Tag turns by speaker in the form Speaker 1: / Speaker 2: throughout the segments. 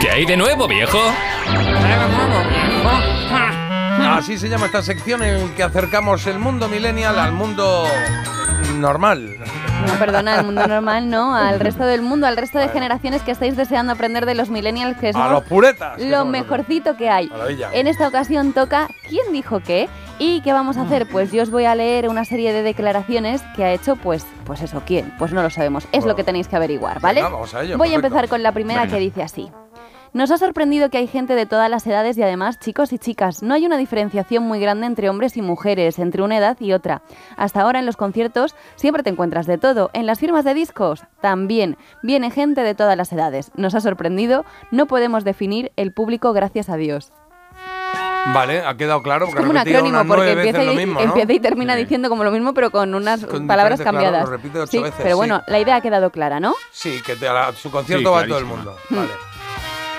Speaker 1: ¿Qué hay de nuevo, viejo?
Speaker 2: Así se llama esta sección en que acercamos el mundo millennial al mundo normal.
Speaker 3: No, perdona, al mundo normal no, al resto del mundo, al resto de generaciones que estáis deseando aprender de los millennials que
Speaker 2: A
Speaker 3: somos
Speaker 2: los puretas. que
Speaker 3: lo
Speaker 2: somos
Speaker 3: mejorcito que hay.
Speaker 2: Maravilla.
Speaker 3: En esta ocasión toca ¿Quién dijo qué? ¿Y qué vamos a hacer? Pues yo os voy a leer una serie de declaraciones que ha hecho, pues, pues eso, ¿quién? Pues no lo sabemos. Es
Speaker 2: Bueno.
Speaker 3: lo que tenéis que averiguar, ¿vale?
Speaker 2: Venga, vamos a ello,
Speaker 3: voy a
Speaker 2: perfecto.
Speaker 3: empezar con la primera
Speaker 1: Venga.
Speaker 3: que dice así. Nos ha sorprendido que hay gente de todas las edades y además chicos y chicas. No hay una diferenciación muy grande entre hombres y mujeres, entre una edad y otra. Hasta ahora en los conciertos siempre te encuentras de todo. En las firmas de discos también. Viene gente de todas las edades. Nos ha sorprendido. No podemos definir el público gracias a Dios.
Speaker 2: Vale, ha quedado claro.
Speaker 3: Es
Speaker 2: Porque
Speaker 3: como un
Speaker 2: repetido
Speaker 3: acrónimo
Speaker 2: unas
Speaker 3: porque
Speaker 2: nueve veces
Speaker 3: empieza y,
Speaker 2: lo mismo, ¿no?
Speaker 3: empieza y termina
Speaker 1: Sí.
Speaker 3: diciendo como lo mismo pero con unas
Speaker 2: Con
Speaker 3: palabras
Speaker 2: diferentes, claro,
Speaker 3: cambiadas.
Speaker 2: lo repite ocho
Speaker 3: sí,
Speaker 2: veces,
Speaker 3: pero bueno,
Speaker 2: sí.
Speaker 3: la idea ha quedado clara, ¿no?
Speaker 2: Sí, que te- a su concierto
Speaker 1: Sí,
Speaker 2: va todo el
Speaker 1: clarísimo.
Speaker 2: mundo.
Speaker 3: Hmm.
Speaker 2: Vale.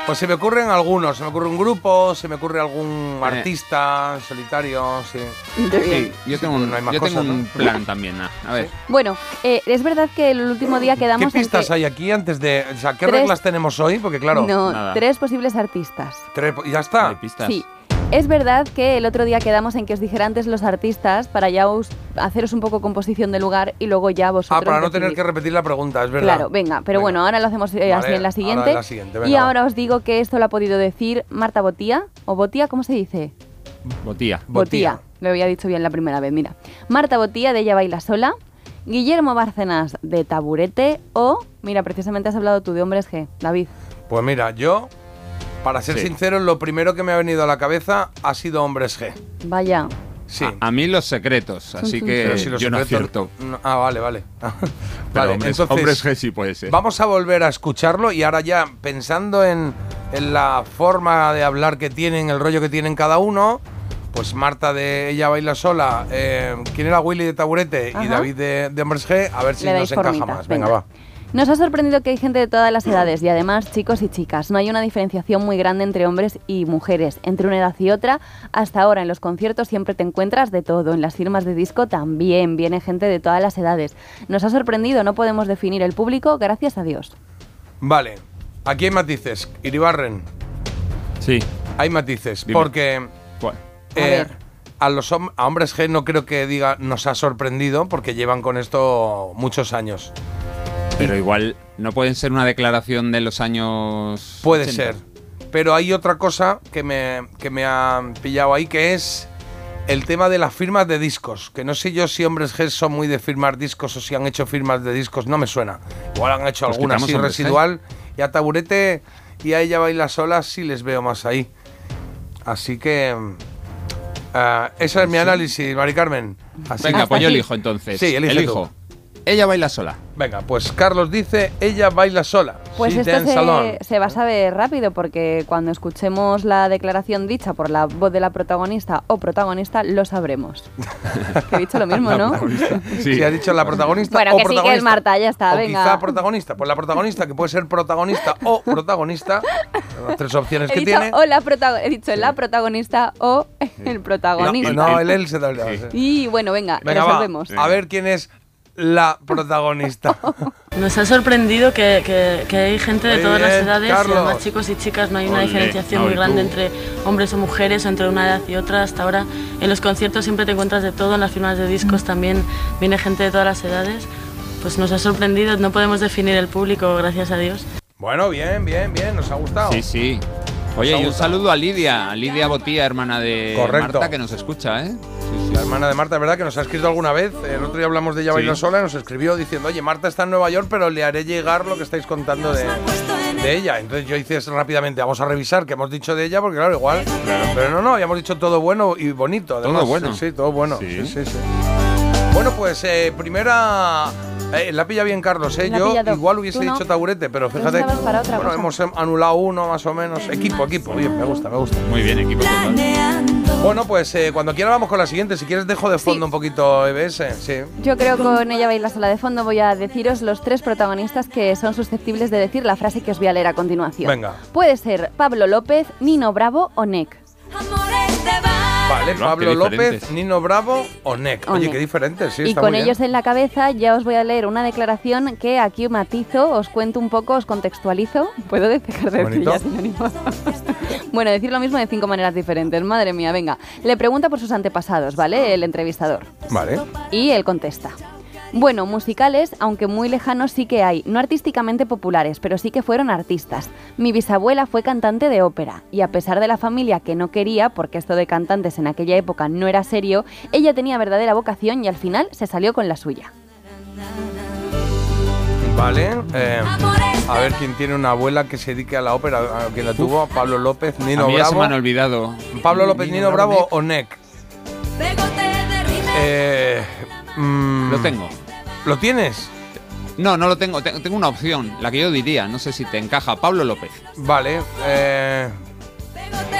Speaker 2: Pues se me ocurren algunos, se me ocurre un grupo, se me ocurre algún
Speaker 1: Eh.
Speaker 2: artista en solitario, sí.
Speaker 3: Muy bien.
Speaker 1: Sí, yo tengo un,
Speaker 2: no hay más
Speaker 1: yo tengo
Speaker 2: cosas,
Speaker 1: un
Speaker 2: ¿no?
Speaker 1: plan también. A, a ver,
Speaker 3: Bueno, eh, es verdad que el último día quedamos
Speaker 2: ¿Qué
Speaker 3: en
Speaker 2: pistas
Speaker 3: que-
Speaker 2: hay aquí antes de, o sea, qué
Speaker 3: Tres.
Speaker 2: reglas tenemos hoy? Porque claro,
Speaker 3: no,
Speaker 1: nada.
Speaker 3: tres posibles artistas.
Speaker 2: tres- ya
Speaker 1: hay
Speaker 2: está.
Speaker 1: pistas.
Speaker 3: Sí. Es verdad que el otro día quedamos en que os dijera antes los artistas para ya os- haceros un poco composición de lugar y luego ya vosotros.
Speaker 2: Ah, para no tener
Speaker 3: decidís.
Speaker 2: que repetir la pregunta, es verdad.
Speaker 3: Claro, venga, pero bueno, ahora lo hacemos eh,
Speaker 2: Vale,
Speaker 3: así en
Speaker 2: ahora
Speaker 3: la siguiente.
Speaker 2: en la siguiente, venga,
Speaker 3: y
Speaker 2: va.
Speaker 3: ahora os digo que esto lo ha podido decir Marta Botía, o Botía, ¿cómo se dice?
Speaker 1: Botía.
Speaker 2: Botía.
Speaker 3: Lo había dicho bien la primera vez, mira. Marta Botía, de Ella Baila Sola. Guillermo Bárcenas, de Taburete. O, mira, precisamente has hablado tú de Hombres G, David.
Speaker 2: Pues mira, yo, para ser
Speaker 1: Sí.
Speaker 2: sincero, lo primero que me ha venido a la cabeza ha sido Hombres G.
Speaker 3: Vaya.
Speaker 2: Sí.
Speaker 1: A, a mí los secretos, así que
Speaker 2: Pero si los
Speaker 1: Ah, eh, yo no acierto.
Speaker 2: secretos- no- ah, vale, vale.
Speaker 1: Pero
Speaker 2: vale,
Speaker 1: hombres,
Speaker 2: entonces
Speaker 1: hombres G sí puede ser.
Speaker 2: vamos a volver a escucharlo y ahora ya pensando en, en la forma de hablar que tienen, el rollo que tienen cada uno, pues Marta de Ella Baila Sola, eh, ¿quién era Willy de Taburete y
Speaker 3: Ajá.
Speaker 2: David de, de Hombres G? A ver si
Speaker 3: Le dais
Speaker 2: nos encaja
Speaker 3: formita,
Speaker 2: más. Venga,
Speaker 3: venga.
Speaker 2: va.
Speaker 3: Nos ha sorprendido que hay gente de todas las edades y además chicos y chicas. No hay una diferenciación muy grande entre hombres y mujeres, entre una edad y otra. Hasta ahora en los conciertos siempre te encuentras de todo, en las firmas de disco también viene gente de todas las edades. Nos ha sorprendido, no podemos definir el público, gracias a Dios.
Speaker 2: Vale, aquí hay matices. Iribarren,
Speaker 1: Sí.
Speaker 2: hay matices.
Speaker 1: Dime.
Speaker 2: Porque
Speaker 1: ¿Cuál?
Speaker 3: A
Speaker 2: Eh,
Speaker 3: ver.
Speaker 2: a los hom- a hombres G no creo que diga nos ha sorprendido porque llevan con esto muchos años.
Speaker 1: Pero igual no pueden ser una declaración de los años.
Speaker 2: Puede
Speaker 1: 80.
Speaker 2: ser. Pero hay otra cosa que me, que me ha pillado ahí que es el tema de las firmas de discos. Que no sé yo si hombres G son muy de firmar discos o si han hecho firmas de discos. No me suena. Igual han hecho
Speaker 1: Pues
Speaker 2: alguna
Speaker 1: quitamos
Speaker 2: así
Speaker 1: hombres G.
Speaker 2: residual. Y a Taburete y a ella baila sola sí les veo más ahí. Así que... ah, ese es mi análisis, Mari Carmen. Así
Speaker 1: Venga,
Speaker 3: Hasta
Speaker 1: pues yo
Speaker 3: aquí.
Speaker 1: elijo entonces.
Speaker 2: Sí, elige
Speaker 1: elijo. Ella baila sola.
Speaker 2: Venga, pues Carlos dice, ella baila sola.
Speaker 3: Pues
Speaker 2: She
Speaker 3: esto
Speaker 2: dance alone.
Speaker 3: se, se va a saber rápido porque cuando escuchemos la declaración dicha por la voz de la protagonista o protagonista lo sabremos. Que he dicho lo mismo, ¿no?
Speaker 1: Sí.
Speaker 2: Si ha dicho la protagonista
Speaker 3: Bueno,
Speaker 2: o
Speaker 3: que sí que es
Speaker 2: protagonista.
Speaker 3: Marta, ya está,
Speaker 2: O
Speaker 3: venga.
Speaker 2: quizá protagonista. Pues la protagonista, que puede ser protagonista o protagonista. son Las tres opciones
Speaker 3: He
Speaker 2: que
Speaker 3: dicho,
Speaker 2: tiene.
Speaker 3: o la protago- he dicho la protagonista o el protagonista.
Speaker 2: No, el él se da el sí.
Speaker 3: Y bueno, venga,
Speaker 2: Venga, va.
Speaker 3: resolvemos.
Speaker 2: A ver quién es la protagonista.
Speaker 4: Nos ha sorprendido que, que- que hay gente de
Speaker 2: Muy
Speaker 4: todas las
Speaker 2: bien,
Speaker 4: edades,
Speaker 2: Carlos.
Speaker 4: y además chicos y chicas, no hay una
Speaker 1: Ole,
Speaker 4: diferenciación
Speaker 1: no,
Speaker 4: muy
Speaker 1: y
Speaker 4: grande
Speaker 1: tú.
Speaker 4: entre hombres o mujeres o entre una edad y otra. Hasta ahora en los conciertos siempre te encuentras de todo, en las firmas de discos también viene gente de todas las edades. Pues nos ha sorprendido, no podemos definir el público, gracias a Dios.
Speaker 2: bueno, bien, bien, bien. Nos ha gustado.
Speaker 1: Sí, sí. Oye,
Speaker 2: ha
Speaker 1: y un
Speaker 2: gustado.
Speaker 1: saludo a Lidia, a Lidia Botía, hermana de
Speaker 2: Correcto.
Speaker 1: Marta, que nos escucha, ¿eh? Sí,
Speaker 2: La hermana de Marta, es verdad que nos ha escrito alguna vez. El otro día hablamos de ella
Speaker 1: Sí.
Speaker 2: baila sola. Nos escribió diciendo, oye, Marta está en Nueva York, pero le haré llegar lo que estáis contando de, de ella. Entonces yo hice eso rápidamente, vamos a revisar qué hemos dicho de ella, porque claro, igual. Pero no, no, habíamos dicho todo bueno y bonito. Además.
Speaker 1: Todo bueno.
Speaker 2: Sí, sí, todo bueno.
Speaker 1: Sí.
Speaker 2: Sí, sí, sí. Bueno, pues eh, primera. eh, la pilla bien Carlos, ¿eh?
Speaker 3: La ha
Speaker 2: Yo
Speaker 3: pillado.
Speaker 2: igual hubiese
Speaker 3: Tú no.
Speaker 2: dicho taburete, pero
Speaker 3: Tú
Speaker 2: fíjate.
Speaker 3: estabas para otra
Speaker 2: bueno,
Speaker 3: cosa.
Speaker 2: hemos em, anulado uno más o menos. Equipo, equipo. Bien, me gusta, me gusta.
Speaker 1: sí. Muy bien, equipo. total.
Speaker 2: Bueno, pues eh, cuando quiera vamos con la siguiente. Si quieres, dejo de fondo un poquito EBS. Sí.
Speaker 3: Yo creo que con ella baila sola de fondo voy a deciros los tres protagonistas que son susceptibles de decir la frase que os voy a leer a continuación.
Speaker 2: Venga.
Speaker 3: Puede ser Pablo López, Nino Bravo o Nick.
Speaker 5: Amores de bar.
Speaker 2: Vale,
Speaker 1: Guau,
Speaker 2: Pablo
Speaker 1: qué
Speaker 2: López,
Speaker 1: diferentes.
Speaker 2: Nino Bravo o NEC.
Speaker 3: O
Speaker 2: Oye,
Speaker 3: Nek.
Speaker 2: qué diferente, sí,
Speaker 3: y
Speaker 2: está
Speaker 3: con
Speaker 2: muy bien.
Speaker 3: ellos en la cabeza ya os voy a leer una declaración que aquí matizo, os cuento un poco, os contextualizo. ¿Puedo dejar de decir
Speaker 2: Bonito.
Speaker 3: ya sinónimos? bueno, decir lo mismo de cinco maneras diferentes. Madre mía, venga. Le pregunta por sus antepasados,
Speaker 2: Ah.
Speaker 3: ¿vale? El entrevistador.
Speaker 2: Vale.
Speaker 3: Y él contesta. Bueno, musicales, aunque muy lejanos, sí que hay, no artísticamente populares, pero sí que fueron artistas. Mi bisabuela fue cantante de ópera, y a pesar de la familia que no quería, porque esto de cantantes en aquella época no era serio, ella tenía verdadera vocación y al final se salió con la suya.
Speaker 2: Vale. eh, a ver quién tiene una abuela que se dedique a la ópera. a Quien la tuvo, Pablo López, Nino
Speaker 1: a mí ya se me han
Speaker 2: Bravo.
Speaker 1: olvidado.
Speaker 2: Pablo López, Nino, Bravo o NEC. Eh, mm,
Speaker 1: Lo tengo.
Speaker 2: ¿Lo tienes?
Speaker 1: No, no lo tengo. Te- Tengo una opción, la que yo diría. No sé si te encaja. Pablo López.
Speaker 2: Vale. eh,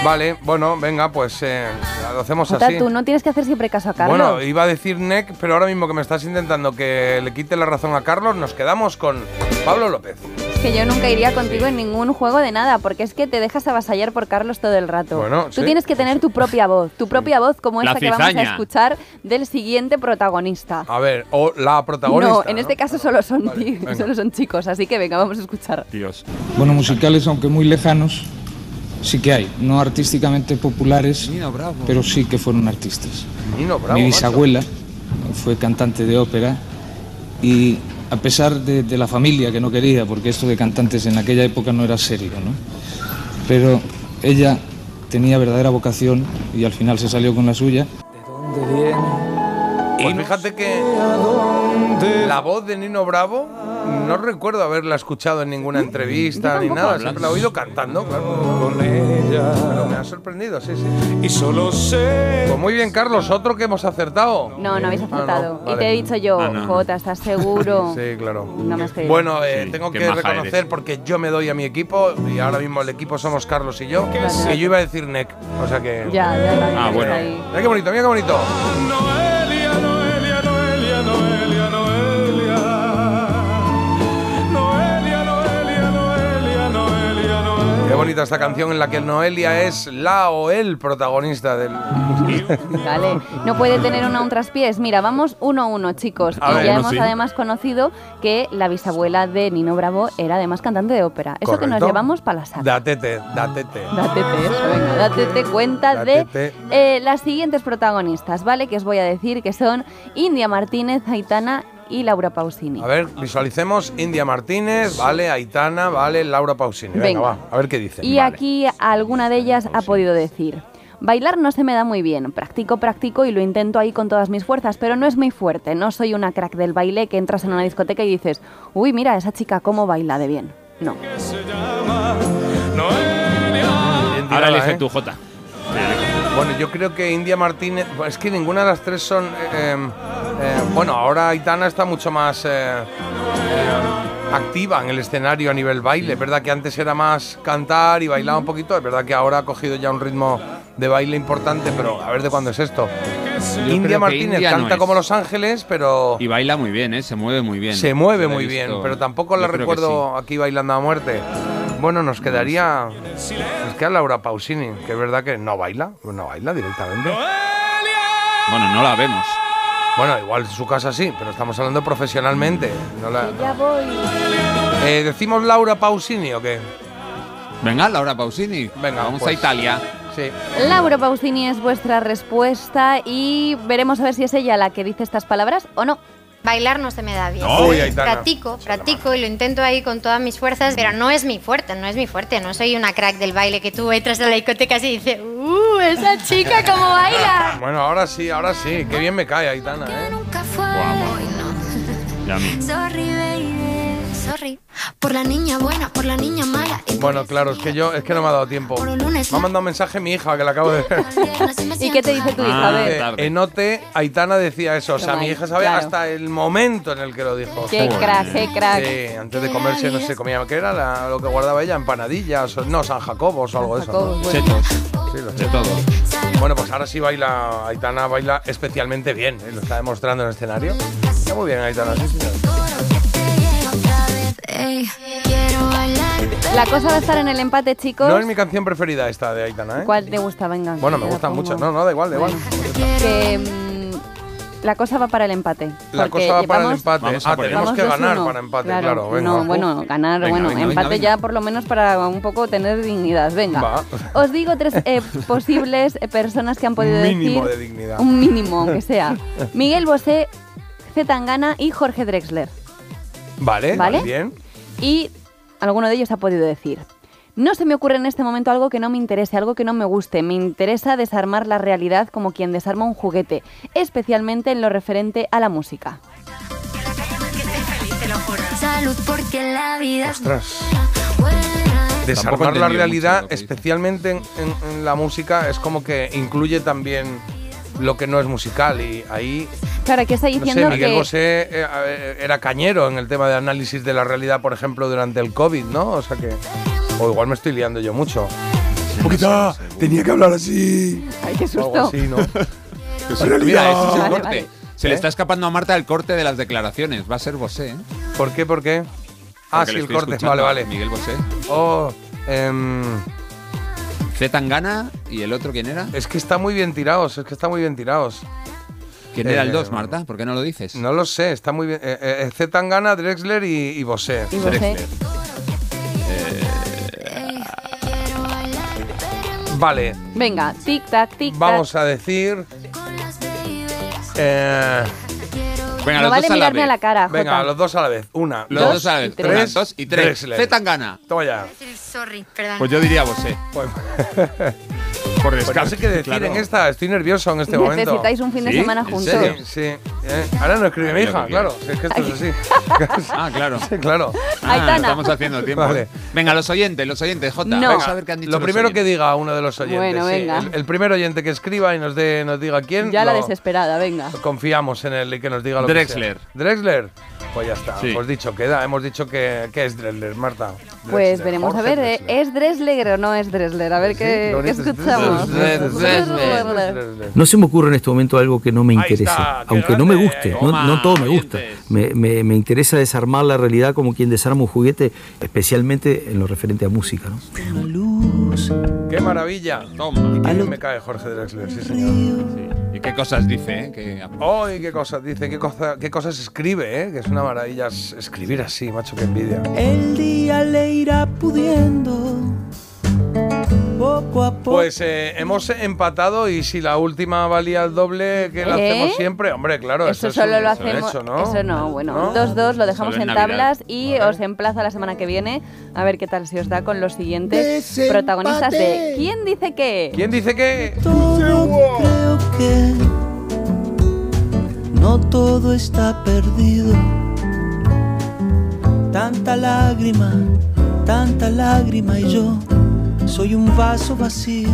Speaker 2: vale, bueno, venga, pues eh, lo hacemos
Speaker 3: Jota,
Speaker 2: así.
Speaker 3: tú no tienes que hacer siempre caso a Carlos.
Speaker 2: Bueno, iba a decir NEC, pero ahora mismo que me estás intentando que le quite la razón a Carlos, nos quedamos con Pablo López.
Speaker 3: Es que yo nunca iría contigo en ningún juego de nada, porque es que te dejas avasallar por Carlos todo el rato.
Speaker 2: Bueno,
Speaker 3: Tú
Speaker 2: sí.
Speaker 3: tienes que tener tu propia voz, tu propia voz como
Speaker 1: La
Speaker 3: esta que vamos a
Speaker 1: cizaña.
Speaker 3: escuchar del siguiente protagonista.
Speaker 2: A ver, o la protagonista.
Speaker 3: no, en este caso solo son,
Speaker 2: Vale,
Speaker 3: ti-
Speaker 2: venga.
Speaker 3: solo son chicos, así que venga, vamos a escuchar.
Speaker 1: Dios.
Speaker 5: Bueno, musicales, aunque muy lejanos, sí que hay. No artísticamente populares,
Speaker 1: Nino Bravo.
Speaker 5: pero sí que fueron artistas.
Speaker 2: Nino Bravo,
Speaker 5: Mi
Speaker 2: macho.
Speaker 5: bisabuela fue cantante de ópera y a pesar de, de la familia que no quería, porque esto de cantantes en aquella época no era serio, ¿no? Pero ella tenía verdadera vocación y al final se salió con la suya.
Speaker 2: Pues fíjate que la voz de Nino Bravo no recuerdo haberla escuchado en
Speaker 3: Mm,
Speaker 2: ninguna entrevista ni nada, siempre la he oído cantando, claro.
Speaker 6: con ella
Speaker 2: Pero me ha sorprendido, sí, sí.
Speaker 6: y solo sé
Speaker 2: Pues muy bien, Carlos, otro que hemos acertado.
Speaker 3: No, no habéis
Speaker 2: Ah, no,
Speaker 3: acertado. Y te
Speaker 2: vale.
Speaker 3: he dicho yo,
Speaker 1: Ah, no, no.
Speaker 3: Jota, ¿estás seguro?
Speaker 2: Sí, claro.
Speaker 3: No me has creído.
Speaker 2: Bueno, eh,
Speaker 1: Sí,
Speaker 2: tengo
Speaker 1: qué
Speaker 2: que
Speaker 1: maja
Speaker 2: reconocer
Speaker 1: eres.
Speaker 2: porque yo me doy a mi equipo y ahora mismo el equipo somos Carlos y yo.
Speaker 3: Vale.
Speaker 2: Que yo iba a decir Nick, o sea que.
Speaker 3: Ya, ya, también
Speaker 1: Ah,
Speaker 3: está
Speaker 1: bueno.
Speaker 3: ahí.
Speaker 2: Mira qué bonito, mira qué bonito.
Speaker 6: Noelia, Noelia, Noelia, Noelia, Noelia. Noelia, Noelia, Noelia, Noelia,
Speaker 2: Qué
Speaker 6: Noelia.
Speaker 2: bonita esta canción en la que Noelia es la o el protagonista del.
Speaker 3: Dale. No puede tener una un traspiés. Mira, vamos uno a uno, chicos.
Speaker 2: A
Speaker 3: y
Speaker 2: ver,
Speaker 3: ya
Speaker 2: uno
Speaker 3: hemos
Speaker 1: sí.
Speaker 3: además conocido que la bisabuela de Nino Bravo era además cantante de ópera. Eso que nos
Speaker 2: Correcto.
Speaker 3: llevamos para la sala.
Speaker 2: Datete, datete.
Speaker 3: Dátete eso, venga, dátete cuenta
Speaker 2: Dátete.
Speaker 3: de eh, las siguientes protagonistas, ¿vale? Que os voy a decir que son India Martínez, Aitana y Laura Pausini.
Speaker 2: A ver, visualicemos India Martínez, vale, Aitana, vale, Laura Pausini. Venga,
Speaker 3: Venga.
Speaker 2: va, a ver qué dice.
Speaker 3: Y aquí alguna de ellas ha podido decir, bailar no se me da muy bien, practico, practico y lo intento ahí con todas mis fuerzas, pero no es muy fuerte, no soy una crack del baile que entras en una discoteca y dices, uy, mira, esa chica cómo baila de bien. No.
Speaker 6: Que se llama Noelia.
Speaker 2: Bien
Speaker 1: Ahora
Speaker 2: tirada,
Speaker 1: elige
Speaker 2: ¿eh?
Speaker 1: tú, Jota.
Speaker 2: Bueno, yo creo que India Martínez. Es que ninguna de las tres son. eh, eh, eh, bueno, ahora Aitana está mucho más eh, eh, activa en el escenario a nivel baile. Es verdad que antes era más cantar y bailaba un poquito. Es verdad que ahora ha cogido ya un ritmo de baile importante, pero a ver de cuándo es esto.
Speaker 1: Yo creo
Speaker 2: India
Speaker 1: que
Speaker 2: Martínez
Speaker 1: India no
Speaker 2: canta
Speaker 1: es.
Speaker 2: como Los Ángeles, pero
Speaker 1: Y baila muy bien, ¿eh? Se mueve muy bien.
Speaker 2: se mueve
Speaker 1: La he
Speaker 2: muy
Speaker 1: visto.
Speaker 2: bien. Pero tampoco la
Speaker 1: Yo creo que
Speaker 2: recuerdo aquí bailando a muerte. Bueno, nos quedaría. Nos queda Laura Pausini, que es verdad que no baila, no baila directamente.
Speaker 1: sí. Bueno, no la vemos.
Speaker 2: Bueno, igual en su casa sí, pero estamos hablando profesionalmente. no la-
Speaker 3: Ya voy.
Speaker 2: Eh, ¿Decimos Laura Pausini o qué?
Speaker 1: Venga, Laura Pausini.
Speaker 2: Venga,
Speaker 1: vamos
Speaker 2: pues.
Speaker 1: a Italia.
Speaker 2: Sí.
Speaker 3: Laura Pausini es vuestra respuesta y veremos a ver si es ella la que dice estas palabras o no.
Speaker 7: Bailar no se me da bien.
Speaker 2: No, Uy, Aitana.
Speaker 7: practico, practico y lo intento ahí con todas mis fuerzas, pero no es mi fuerte, no es mi fuerte. No soy una crack del baile que tú entras a la discoteca y dices, ¡Uh, esa chica cómo baila!
Speaker 2: Bueno, ahora sí, ahora sí. Qué bien me cae, Aitana, ¿eh?
Speaker 8: Nunca fue.
Speaker 1: Guau.
Speaker 8: Hoy no.
Speaker 1: Ya a mí.
Speaker 8: Sorry, baby. Sorry. Por la niña buena, por la niña mala. y por
Speaker 2: Bueno,
Speaker 8: el
Speaker 2: claro, es que yo es que no me ha dado tiempo.
Speaker 8: Por un
Speaker 2: Me
Speaker 8: lunes,
Speaker 2: ha
Speaker 3: ¿eh?
Speaker 2: mandado un mensaje mi hija que la acabo de ver.
Speaker 8: al viernes, y me
Speaker 3: ¿Y qué te dice tu
Speaker 8: siento
Speaker 3: hija? A
Speaker 1: Ah,
Speaker 3: ver.
Speaker 2: Eh,
Speaker 1: tarde.
Speaker 2: En OT, Aitana decía eso. O sea,
Speaker 3: Toma
Speaker 2: mi
Speaker 3: ahí,
Speaker 2: hija sabe
Speaker 3: claro.
Speaker 2: hasta el momento en el que lo dijo.
Speaker 3: Qué crack, qué crack.
Speaker 2: Sí, antes de comerse, no sé, comía, ¿qué era la- lo que guardaba ella? Empanadillas, o- no, San Jacobos o algo de eso.
Speaker 3: Jacobo,
Speaker 2: ¿no?
Speaker 3: bueno.
Speaker 1: Chetos.
Speaker 2: Sí, los
Speaker 1: De todo.
Speaker 2: Bueno, pues ahora sí baila Aitana, baila especialmente bien, ¿eh? lo está demostrando en el escenario. Está muy bien Aitana, sí, señor.
Speaker 8: todo lo que te llega otra vez, ey. Quiero bailar.
Speaker 3: La cosa va a estar en el empate, chicos.
Speaker 2: No es mi canción preferida esta de Aitana, ¿eh?
Speaker 3: ¿Cuál te gusta? Venga.
Speaker 2: Bueno,
Speaker 3: que
Speaker 2: me
Speaker 3: te la
Speaker 2: gustan
Speaker 3: pongo.
Speaker 2: muchas. No, no, da igual, da igual.
Speaker 3: Que, mm, la cosa va para el empate.
Speaker 2: La
Speaker 3: porque
Speaker 2: cosa va para el
Speaker 3: llevamos-
Speaker 2: empate.
Speaker 1: Vamos a
Speaker 2: ah,
Speaker 1: por ello.
Speaker 2: tenemos
Speaker 3: vamos
Speaker 2: que ganar
Speaker 3: 2-1.
Speaker 2: para empate, claro. venga.
Speaker 3: No, bueno, ganar,
Speaker 1: Venga,
Speaker 3: bueno,
Speaker 1: venga, venga,
Speaker 3: empate
Speaker 1: venga.
Speaker 3: ya por lo menos para un poco tener dignidad. Venga.
Speaker 2: Va.
Speaker 3: Os digo tres eh, posibles eh, personas que han podido
Speaker 2: Un mínimo
Speaker 3: decir
Speaker 2: de dignidad.
Speaker 3: un mínimo, aunque sea. Miguel Bosé, C. Tangana y Jorge Drexler.
Speaker 2: Vale,
Speaker 3: ¿Vale?
Speaker 2: bien.
Speaker 3: Y alguno de ellos ha podido decir. No se me ocurre en este momento algo que no me interese, algo que no me guste. Me interesa desarmar la realidad como quien desarma un juguete, especialmente en lo referente a la música.
Speaker 8: Salud porque la vida es
Speaker 2: Ostras.
Speaker 8: buena.
Speaker 1: Tampoco he
Speaker 2: Desarmar la
Speaker 1: entendido mucho
Speaker 2: realidad,
Speaker 1: lo que dice.
Speaker 2: especialmente en, en- en la música, es como que incluye también lo que no es musical. Y ahí,
Speaker 3: Claro, aquí está
Speaker 2: no
Speaker 3: diciendo
Speaker 2: sé, Miguel
Speaker 3: que...
Speaker 2: Bosé eh, eh, era cañero en el tema de análisis de la realidad, por ejemplo, durante el COVID, ¿no? O sea que. O igual me estoy liando yo mucho. Poquita, tenía que hablar así.
Speaker 3: Ay, qué
Speaker 2: O
Speaker 3: susto.
Speaker 2: algo así, ¿no?
Speaker 1: Mira, ese es el
Speaker 3: Vale,
Speaker 1: corte.
Speaker 3: vale.
Speaker 1: Se
Speaker 2: ¿Eh?
Speaker 1: le está escapando a Marta el corte de las declaraciones. Va a ser Bosé, ¿eh?
Speaker 2: ¿Por qué? ¿Por qué? Ah,
Speaker 1: Porque
Speaker 2: sí,
Speaker 1: le
Speaker 2: el
Speaker 1: estoy
Speaker 2: corte.
Speaker 1: escuchando
Speaker 2: Vale,
Speaker 1: a
Speaker 2: vale.
Speaker 1: Miguel Bosé.
Speaker 2: Oh, em,
Speaker 1: C. Tangana y el otro, ¿quién era?
Speaker 2: es que está muy bien tirados, es que está muy bien tirados.
Speaker 1: ¿Quién era el
Speaker 2: Eh,
Speaker 1: 2, Marta? ¿Por qué no lo dices?
Speaker 2: No lo sé, está muy bien. Eh, eh, Z Tangana, Drexler y, y Bosé.
Speaker 3: Y Bosé.
Speaker 2: Vale,
Speaker 3: Venga, tic tac, tic tac.
Speaker 2: vamos a decir. eh,
Speaker 1: Venga,
Speaker 3: no
Speaker 1: los
Speaker 3: vale
Speaker 1: dos a la
Speaker 3: mirarme
Speaker 1: vez.
Speaker 3: a la cara,
Speaker 2: venga,
Speaker 3: Jota.
Speaker 2: los dos a la vez. Una,
Speaker 1: Los
Speaker 3: Dos
Speaker 1: dos a la vez.
Speaker 3: y tres.
Speaker 1: Una, dos y tres.
Speaker 2: Drexler.
Speaker 1: Z Tangana.
Speaker 2: Toma ya.
Speaker 8: Sorry, perdón.
Speaker 1: Pues yo diría Bosé.
Speaker 2: Pues,
Speaker 1: Por
Speaker 2: pues no
Speaker 1: descarte.
Speaker 2: sé qué decir
Speaker 1: claro.
Speaker 2: en esta, estoy nervioso en este momento.
Speaker 3: Necesitáis un fin de
Speaker 1: ¿Sí?
Speaker 3: semana
Speaker 1: ¿En
Speaker 3: juntos.
Speaker 1: serio?
Speaker 2: Sí, sí. eh, ahora no escribe
Speaker 1: Ah,
Speaker 2: mi
Speaker 1: mira,
Speaker 2: hija,
Speaker 1: qué
Speaker 2: claro. Si es que esto es así.
Speaker 1: Ah, claro.
Speaker 2: Sí, claro.
Speaker 1: Ah,
Speaker 3: Aitana.
Speaker 1: estamos haciendo tiempo.
Speaker 2: Vale.
Speaker 1: Venga, los oyentes, los oyentes, Jota.
Speaker 3: No.
Speaker 1: Vamos a ver qué han dicho.
Speaker 2: Lo
Speaker 1: los
Speaker 2: primero que
Speaker 1: oyentes.
Speaker 2: diga uno de los oyentes.
Speaker 3: Bueno,
Speaker 2: sí.
Speaker 3: venga.
Speaker 2: El, el primer oyente que escriba y nos, dé- nos diga quién.
Speaker 3: Ya la
Speaker 2: lo-
Speaker 3: desesperada, venga.
Speaker 2: Confiamos en él y que nos diga lo
Speaker 1: Drexler.
Speaker 2: que sea. Drexler. Pues ya está.
Speaker 1: Sí.
Speaker 2: Hemos dicho que da, hemos dicho que, que es Drexler, Marta.
Speaker 3: Pues
Speaker 2: Drexler,
Speaker 3: veremos a
Speaker 2: Jorge
Speaker 3: ver, eh,
Speaker 2: Drexler.
Speaker 3: ¿es Dresler o no es Dresler? A ver qué,
Speaker 2: lo
Speaker 3: qué
Speaker 2: bonito es
Speaker 3: escuchamos.
Speaker 1: Dressler. Dressler.
Speaker 3: Dressler.
Speaker 9: No se me ocurre en este momento algo que no me
Speaker 2: Ahí
Speaker 9: interese,
Speaker 2: está, qué
Speaker 9: aunque no me
Speaker 2: grande,
Speaker 9: guste, no,
Speaker 1: toma,
Speaker 9: no todo me gusta.
Speaker 1: oyentes.
Speaker 9: Me, me- me interesa desarmar la realidad como quien desarma un juguete, especialmente en lo referente a música. ¿no?
Speaker 2: ¡Qué maravilla!
Speaker 1: Toma.
Speaker 2: Y qué bien me cae Jorge Drexler, sí señor.
Speaker 1: ¿Y qué cosas dice, eh? Que-
Speaker 2: ¡Ay, qué cosas! Dice, qué, cosa- qué cosas escribe, ¿eh? Que es una maravilla es- escribir así, macho, que envidia.
Speaker 10: El día le irá pudiendo. Poco a poco.
Speaker 2: Pues eh, hemos empatado y si la última valía el doble que la
Speaker 3: ¿Eh?
Speaker 2: hacemos siempre, hombre, claro,
Speaker 3: Eso,
Speaker 2: es
Speaker 3: solo
Speaker 2: un-
Speaker 3: lo
Speaker 2: es un
Speaker 3: hacemos.
Speaker 2: hecho, ¿no?
Speaker 3: Eso no, bueno.
Speaker 2: ¿No?
Speaker 3: 2-2 lo dejamos
Speaker 1: Solo
Speaker 3: en
Speaker 1: en Navidad.
Speaker 3: tablas y os emplazo la semana que viene a ver qué tal se os da con los siguientes protagonistas de ¿Quién dice qué?
Speaker 2: ¿Quién dice que?
Speaker 10: Todo creo que no todo está perdido. Tanta lágrima, tanta lágrima y yo soy un vaso vacío.